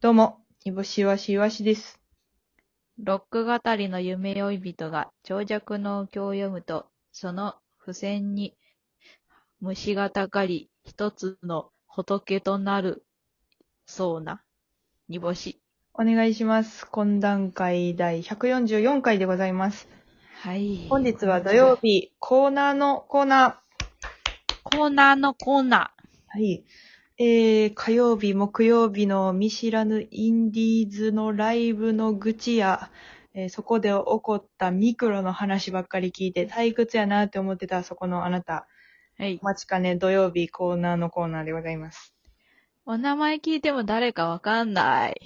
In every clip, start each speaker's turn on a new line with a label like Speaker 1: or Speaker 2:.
Speaker 1: どうも、いぼしわしいわしです。
Speaker 2: ロック語りの夢追い人が長尺の音を読むと、その付箋に虫がたかり、一つの仏となるそうな煮干し。
Speaker 1: お願いします。懇談会第144回でございます。
Speaker 2: はい。
Speaker 1: 本日は土曜日、コーナーのコーナ
Speaker 2: コーナーのコーナ
Speaker 1: ー。はい。えー、火曜日、木曜日の見知らぬインディーズのライブの愚痴や、えーそこで起こったミクロの話ばっかり聞いて退屈やなって思ってたそこのあなた、
Speaker 2: ー。はい
Speaker 1: お。待ちかね土曜日コーナーのコーナーでございます。
Speaker 2: お名前聞いても誰かわかんない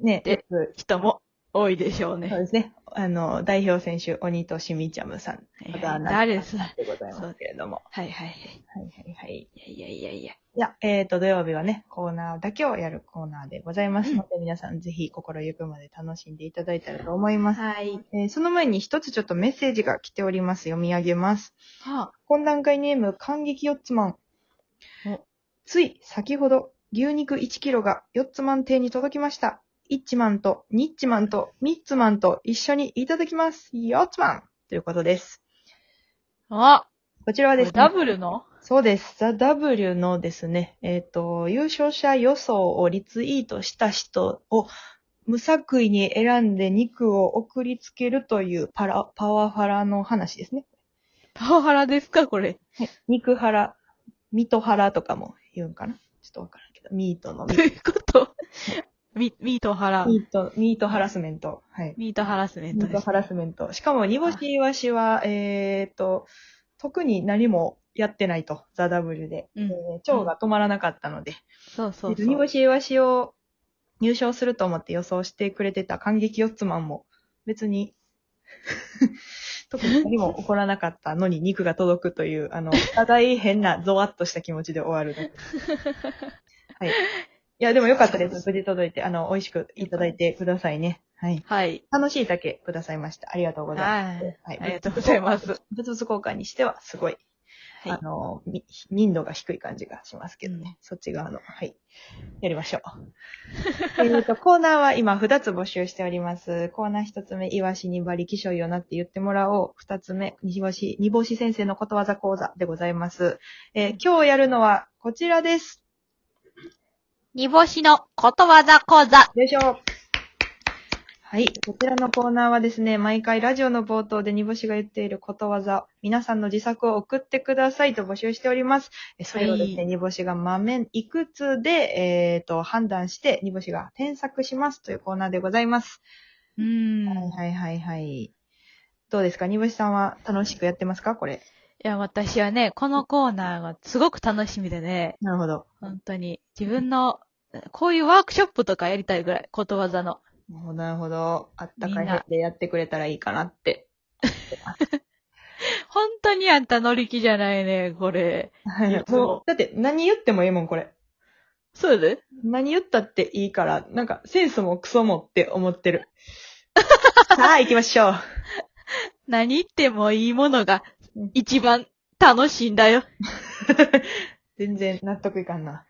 Speaker 1: ね、
Speaker 2: で
Speaker 1: よく
Speaker 2: 人も多いでしょうね。
Speaker 1: そうですね。あの、代表選手、鬼としみちゃむさん。
Speaker 2: はい
Speaker 1: まだ
Speaker 2: は
Speaker 1: あ
Speaker 2: い、
Speaker 1: なた
Speaker 2: 誰ですはい
Speaker 1: でございますけれども。
Speaker 2: はいはい。
Speaker 1: はいはいはい。
Speaker 2: いやいやいやいや。
Speaker 1: いや、えっ、と、土曜日はね、コーナーだけをやるコーナーでございますので、皆さんぜひ心ゆくまで楽しんでいただいたらと思います。
Speaker 2: はい。
Speaker 1: えーその前に一つちょっとメッセージが来ております。読み上げます。
Speaker 2: は
Speaker 1: 懇談会ネーム、感激四つマン
Speaker 2: お。
Speaker 1: つい先ほど、牛肉1キロが四つマン邸に届きました。イッチマンと、ニッチマンと、ミッツマンと一緒にいただきます。四つマンということです。
Speaker 2: あ。あ
Speaker 1: こちらは
Speaker 2: こ
Speaker 1: で
Speaker 2: れ
Speaker 1: すね、
Speaker 2: ダブルの
Speaker 1: そうです。ザ・ W のですね、えっ、と、優勝者予想をリツイートした人を無作為に選んで肉を送りつけるというパラパワハラの話ですね。
Speaker 2: パワハラですかこれ。
Speaker 1: 肉ハラ、ミトハラとかも言うんかなちょっとわからんけど、ミートのミ
Speaker 2: どういうことミミートハラ。
Speaker 1: ミート、ミートハラスメント。はい。
Speaker 2: ミートハラスメン
Speaker 1: ミ
Speaker 2: ト
Speaker 1: ー
Speaker 2: で
Speaker 1: ト
Speaker 2: す
Speaker 1: ハ。ラスメント。しかも、煮干しイワシは、えっ、と、特に何もやってないと、ザ・ W で。
Speaker 2: うん
Speaker 1: えー腸が止まらなかったので、
Speaker 2: そうそう
Speaker 1: 煮
Speaker 2: そ
Speaker 1: 干
Speaker 2: う。
Speaker 1: しイワシを優勝すると思って予想してくれてた感激四つマンも、別 に、特に何も起こらなかったのに肉が届くという、あの、お互い変なゾワッとした気持ちで終わ るだけ。はい。いや、でもよかったです。無事届いて、あの、美味しくいただいてくださいね。はい。
Speaker 2: はい。
Speaker 1: 楽しいだけくださいました。ありがとうございます。
Speaker 2: はい。
Speaker 1: はい
Speaker 2: ありがとうございます。
Speaker 1: 物々交換にしては、すごい、
Speaker 2: は
Speaker 1: あの、み民度が低い感じがしますけどね。そっち側の。はい。やりましょう。 えーと、コーナーは今2つ募集しております。コーナー1つ目、イワシに馬力勝よなって言ってもらおう。2つ目、煮干し、煮干し先生のことわざ講座でございます。えー今日やるのはこちらです。
Speaker 2: 煮干しのことわざ講座。
Speaker 1: よいしょ。はい。こちらのコーナーはですね、毎回ラジオの冒頭で煮干しが言っていることわざ、皆さんの自作を送ってくださいと募集しております。えそれをです
Speaker 2: は
Speaker 1: ね、煮干しが豆、いくつで、えっ、と、判断して煮干しが添削しますというコーナーでございます。
Speaker 2: うーん。
Speaker 1: はいはいはいはい。どうですか煮干しさんは楽しくやってますかこれ。
Speaker 2: いや、私はね、このコーナーがすごく楽しみでね、
Speaker 1: なるほど。
Speaker 2: 本当に自分の、こういうワークショップとかやりたいぐらい、ことわざの。
Speaker 1: なるほど。あったか
Speaker 2: み
Speaker 1: い
Speaker 2: んな
Speaker 1: 部屋でやってくれたらいいかな って。
Speaker 2: 本当にあんた乗り気じゃないね、これ。いつも
Speaker 1: もう、だって何言ってもええもん、これ。
Speaker 2: そうで
Speaker 1: 何言ったっていいから、なんかセンスもクソもって思って る。さあ、行きましょう。
Speaker 2: 何言ってもいいものが
Speaker 1: うん
Speaker 2: 一番楽しいんだよ。
Speaker 1: 全然納得いかん な。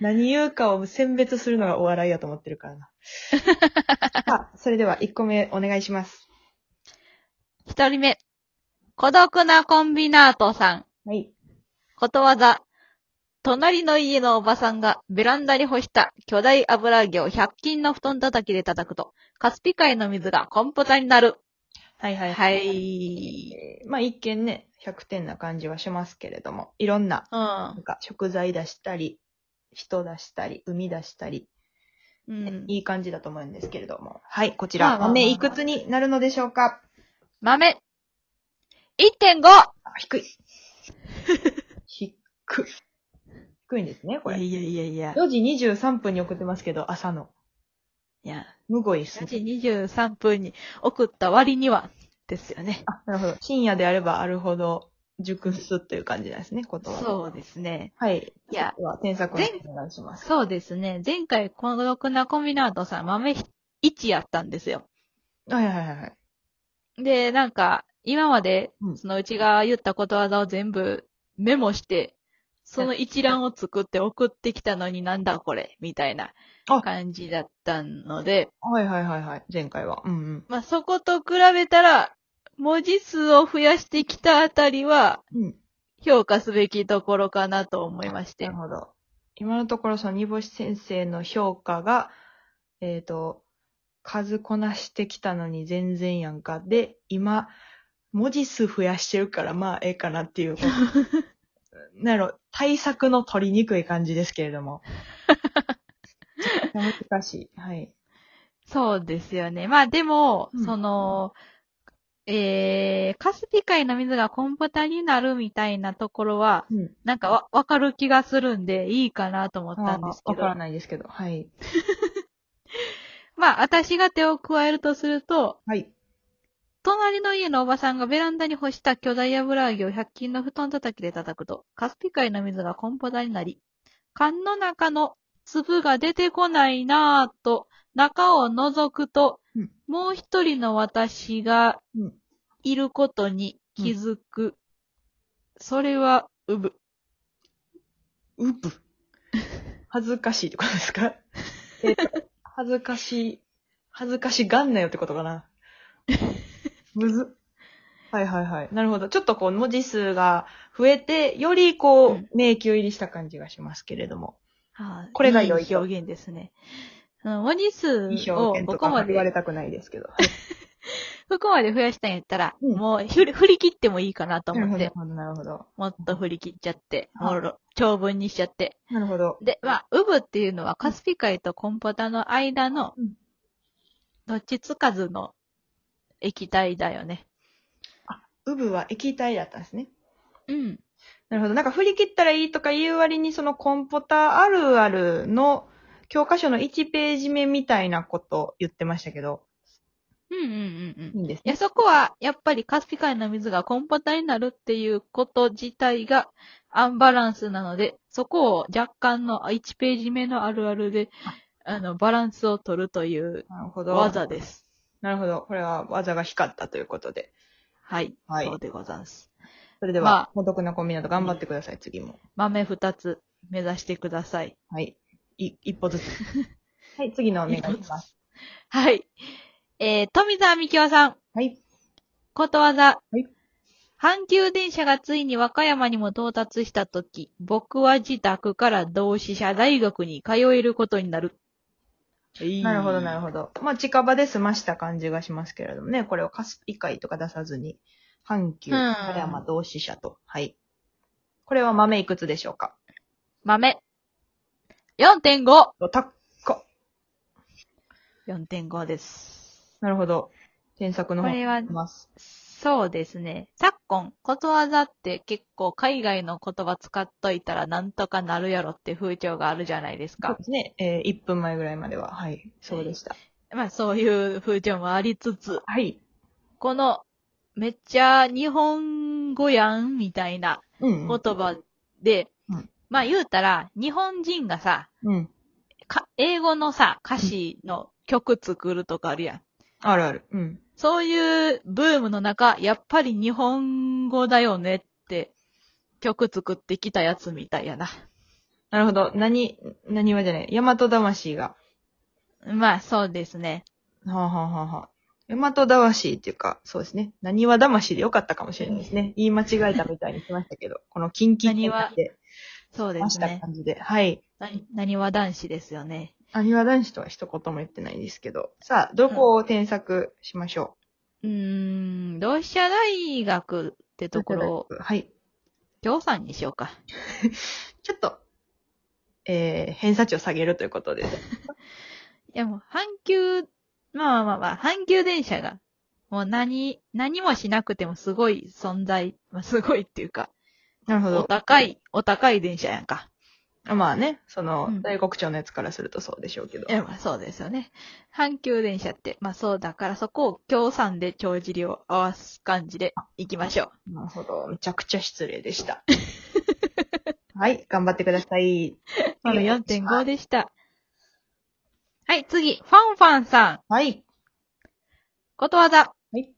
Speaker 1: 何言うかを選別するのがお笑いやと思ってるから な。さあ、それでは1個目お願いします。
Speaker 2: 一人目。孤独なコンビナートさん。
Speaker 1: はい。
Speaker 2: ことわざ。隣の家のおばさんがベランダに干した巨大油揚げを100均の布団叩きで叩くと、カスピ海の水がコンポタになる。
Speaker 1: はいは。
Speaker 2: はいい。
Speaker 1: えーまあ一見ね、100点な感じはしますけれども、いろんな、
Speaker 2: う
Speaker 1: なんか食材出したり、人出したり、生み出したり、
Speaker 2: ん。うん、
Speaker 1: いい感じだと思うんですけれども。はい、こち
Speaker 2: ま
Speaker 1: ら、
Speaker 2: あまあまあ
Speaker 1: 豆いくつになるのでしょうか
Speaker 2: 豆。1.5!
Speaker 1: あ、低い。低い。低いんですね、これ。
Speaker 2: いやいやいや。
Speaker 1: 4時23分に送ってますけど、朝の。
Speaker 2: いや、
Speaker 1: むごいっす
Speaker 2: 4
Speaker 1: ね。
Speaker 2: 時23分に送った割には、ですよね。
Speaker 1: あ、なるほど。深夜であればあるほど、熟すという感じなんですね、ことは。
Speaker 2: そうですね。
Speaker 1: はい。
Speaker 2: いや
Speaker 1: では、添削をお願いします。
Speaker 2: そうですね。前回、孤独なコンビナートさん、豆1やったんですよ。
Speaker 1: はいはいはいはい。
Speaker 2: で、なんか、今まで
Speaker 1: う、ん
Speaker 2: そのうちが言ったことわざを全部メモして、その一覧を作って送ってきたのになんだこれみたいな
Speaker 1: あ
Speaker 2: 感じだったので、
Speaker 1: はいはいはいはい。前回は。うんうん。
Speaker 2: まあ、そこと比べたら、文字数を増やしてきたあたりは、
Speaker 1: うん。
Speaker 2: 評価すべきところかなと思いまし
Speaker 1: な
Speaker 2: て
Speaker 1: る。ほど。今のところ、その煮干し先生の評価が、えっ、と、数こなしてきたのに全然やんか。で、今、文字数増やしてるから、まあ、ええかなっていう こと。なる対策の取りにくい感じですけれど も。ちょっと難しい。はい。
Speaker 2: そうですよね。まあでも、
Speaker 1: うん
Speaker 2: その、えー、カスピ海の水がコンポタになるみたいなところは、
Speaker 1: うん。
Speaker 2: なんかわ、わかる気がするんで、いいかなと思ったんです
Speaker 1: あわ
Speaker 2: け
Speaker 1: から
Speaker 2: ど。
Speaker 1: ないですけど。はい。
Speaker 2: まあ、私が手を加えるとすると、
Speaker 1: はい。
Speaker 2: 隣の家のおばさんがベランダに干した巨大油揚げを100均の布団叩きで叩くと、カスピ海の水がコンポタになり、缶の中の粒が出てこないなぁと、中を覗くと、
Speaker 1: うん
Speaker 2: もう一人の私が
Speaker 1: うん。
Speaker 2: いることに気づく。それは、うぶ。
Speaker 1: うぶ。恥ずかしいってことですかえっと、恥ずかしい、恥ずかしがんなよってことかな。むずっ。はいはいはい。なるほど。ちょっとこう文字数が増えて、よりこう、
Speaker 2: うん
Speaker 1: 迷宮入りした感じがしますけれども。
Speaker 2: はあ
Speaker 1: これが良いと
Speaker 2: 表現ですね。うん文字数
Speaker 1: いい
Speaker 2: を
Speaker 1: 表現
Speaker 2: ことこ
Speaker 1: か
Speaker 2: ま
Speaker 1: 言われ
Speaker 2: で、
Speaker 1: たくない ですけど。
Speaker 2: ここまで増やしたんやったら、
Speaker 1: うん
Speaker 2: もう振り振り切ってもいいかな と
Speaker 1: なる
Speaker 2: 思っ
Speaker 1: ほ
Speaker 2: て
Speaker 1: ど、。なるほど。
Speaker 2: もっと振り切っちゃって、
Speaker 1: はい
Speaker 2: もうろ長文にしちゃって。
Speaker 1: なるほど。
Speaker 2: で、まあ、ウブっていうのはカスピ海とコンポタの間の
Speaker 1: うん、
Speaker 2: どっちつかずの液体だよね。
Speaker 1: うぶは液体だったんですね。
Speaker 2: うん。
Speaker 1: なるほど。なんか振り切ったらいいとか言う割に、そのコンポタあるあるの教科書の1ページ目みたいなこと言ってましたけど、
Speaker 2: うんうんうんうん。
Speaker 1: いいんです
Speaker 2: いや、
Speaker 1: ね。
Speaker 2: そこは、やっぱりカスピ海の水がコンポタになるっていうこと自体がアンバランスなので、そこを若干の1ページ目のあるあるで、あの、バランスを取るという
Speaker 1: なるほど。
Speaker 2: 技です。
Speaker 1: なるほど。これは技が光ったということで。
Speaker 2: はい。
Speaker 1: はい
Speaker 2: そうでございます。
Speaker 1: それで
Speaker 2: ま
Speaker 1: は
Speaker 2: あ、
Speaker 1: お得なコンビナート頑張ってください、次も。
Speaker 2: 豆2つ目指してください。
Speaker 1: はい。い、一歩ずつ。はい、次のお願いします。
Speaker 2: はい。えー、富澤美京さん、
Speaker 1: はい。
Speaker 2: ことわざ。
Speaker 1: はい
Speaker 2: 阪急電車がついに和歌山にも到達したとき、僕は自宅から同志社大学に通えることになる。
Speaker 1: なるほど、なる
Speaker 2: ほ
Speaker 1: ほど。まあ、近場で済ました感じがしますけれどもね、これをカスピ海とか出さずに、阪急、
Speaker 2: うん
Speaker 1: 和山同志社と。はい。これは豆いくつでしょうか
Speaker 2: 豆。4.5。
Speaker 1: おたっこ。
Speaker 2: 4.5です。
Speaker 1: なるほど。添削の方
Speaker 2: これは
Speaker 1: 行きます。
Speaker 2: そうですね。昨今、ことわざって結構海外の言葉使っといたらなんとかなるやろって風潮があるじゃないです
Speaker 1: そう
Speaker 2: か
Speaker 1: で。すね。えー、1分前ぐらいまでは。はい。そうでした。
Speaker 2: まあそういう風潮もありつつ、
Speaker 1: はい。
Speaker 2: この、めっちゃ日本語やんみたいな
Speaker 1: うん。
Speaker 2: 言葉で、
Speaker 1: うん
Speaker 2: まあ言うたら、日本人がさ、
Speaker 1: うん。
Speaker 2: か英語のさ、歌詞の曲作るとかあるやん。
Speaker 1: あるある。うん。
Speaker 2: そういうブームの中、やっぱり日本語だよねって、曲作ってきたやつみたいやな。
Speaker 1: なるほど。何、何はじゃない。大和魂が。
Speaker 2: まあそうですね。
Speaker 1: はあ、はあはあはあ、大和魂っていうか、そうですね。何は魂でよかったかもしれないですね。言い間違えたみたいにしましたけど、 この近畿圏で
Speaker 2: そうで
Speaker 1: まし
Speaker 2: す
Speaker 1: た
Speaker 2: ね。
Speaker 1: 感じで。はい。
Speaker 2: なにわ男子ですよね。
Speaker 1: 何は男子とは一言も言ってないんですけど。さあ、どこを添削しましょ
Speaker 2: うーん、同志社大学って
Speaker 1: う、
Speaker 2: ところを、
Speaker 1: はい。
Speaker 2: 共産にしようか。
Speaker 1: ちょっと、えー、偏差値を下げるということで。
Speaker 2: いやもう、阪急、まあまあまあ、阪急電車が、もう何、何もしなくてもすごい存在、まあすごいっていうか、
Speaker 1: なるほ
Speaker 2: お
Speaker 1: ど。
Speaker 2: 高い、お高い電車やんか。
Speaker 1: まあね、そうの、
Speaker 2: ん
Speaker 1: 大黒町のやつからするとそうでしょうけど。
Speaker 2: いやまあそうですよね。阪急電車って、まあそうだからそこを共産で帳尻を合わす感じで行きましょう。
Speaker 1: なるほど。めちゃくちゃ失礼で した。はい、頑張ってください。
Speaker 2: まだ4.5でした。はい、次、ファンファンさん。
Speaker 1: はい。
Speaker 2: ことわざ。
Speaker 1: はい。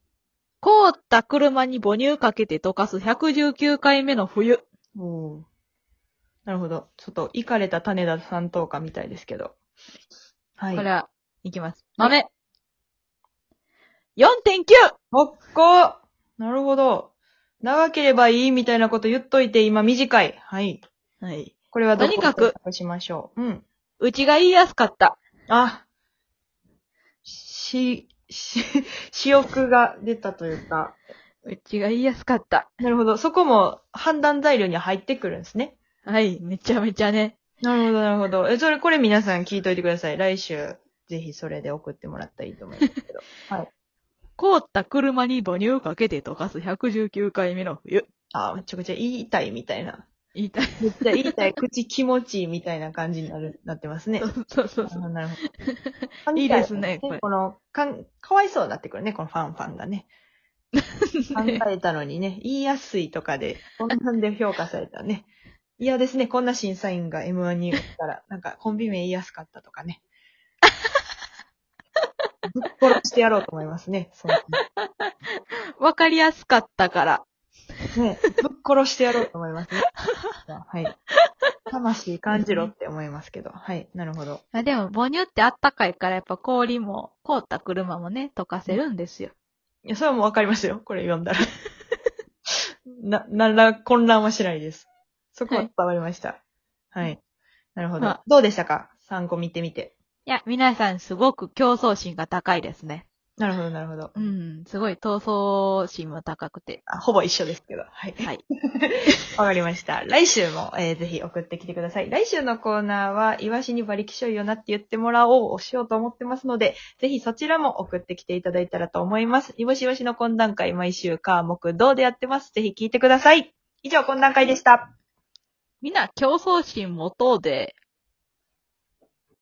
Speaker 2: 凍った車に母乳かけて溶かす119回目の冬。
Speaker 1: おーなるほど。ちょっと、いかれた種田さんとかみたいですけど。はい。
Speaker 2: これは、いきます。
Speaker 1: はい
Speaker 2: 豆 !4.9!
Speaker 1: おっこなるほど。長ければいいみたいなこと言っといて、今短い。はい。
Speaker 2: はい。
Speaker 1: これはどこと
Speaker 2: にかく
Speaker 1: 選択しましょう。うん。
Speaker 2: うちが言いやすかった。
Speaker 1: あ、し、し、 私欲が出たというか。
Speaker 2: うちが言いやすかった。
Speaker 1: なるほど。そこも判断材料に入ってくるんですね。
Speaker 2: はい。めちゃめちゃね。
Speaker 1: なるほど、なるほど。え、それ、これ皆さん聞いといてください。来週、ぜひそれで送ってもらったらいいと思い ますけど。
Speaker 2: 凍った車に母乳かけて溶かす119回目の冬。
Speaker 1: あー、めちゃくちゃ言いたいみたいな。
Speaker 2: 言いたい。
Speaker 1: めっちゃ言いたい、口気持ちいいみたいな感じになる、なってますね。
Speaker 2: そうそうそう。
Speaker 1: なるほど。
Speaker 2: いいですねこれ
Speaker 1: この、かん、かわいそうになってくるね、このファンファンが ね。考えたのにね、言いやすいとかで、こんなんで評価されたらね。嫌ですね、こんな審査員が M1 に言ったら、なんかコンビ名言いやすかったとか ね。ぶっ殺してやろうと思いますね。そんな
Speaker 2: わかりやすかったから。
Speaker 1: ね、ぶっ殺してやろうと思い ますね。はい。魂感じろって思いますけど。はい、なるほど。
Speaker 2: あでも、母乳ってあったかいから、やっぱ氷も、凍った車もね、溶かせるんですよ。
Speaker 1: いや、それはもうわかりますよ。これ読んだら。 な、なんら混乱はしないです。そこは伝わりました。はい。なるほど、
Speaker 2: まあ
Speaker 1: どうでしたか ?3 個見てみて。
Speaker 2: いや、皆さんすごく競争心が高いですね。
Speaker 1: なるほど、なるほど。
Speaker 2: うん、すごい闘争心も高くて。
Speaker 1: あほぼ一緒ですけど。はい。
Speaker 2: はい。
Speaker 1: わかりました。来週も、えーぜひ送ってきてください。来週のコーナーは、イワシに馬力しょいよなって言ってもらおうをしようと思ってますので、ぜひそちらも送ってきていただいたらと思います。イワシイワシの懇談会、毎週、火、木、どうでやってます。ぜひ聞いてください。以上、懇談会でした。
Speaker 2: みんな競争心持とうで。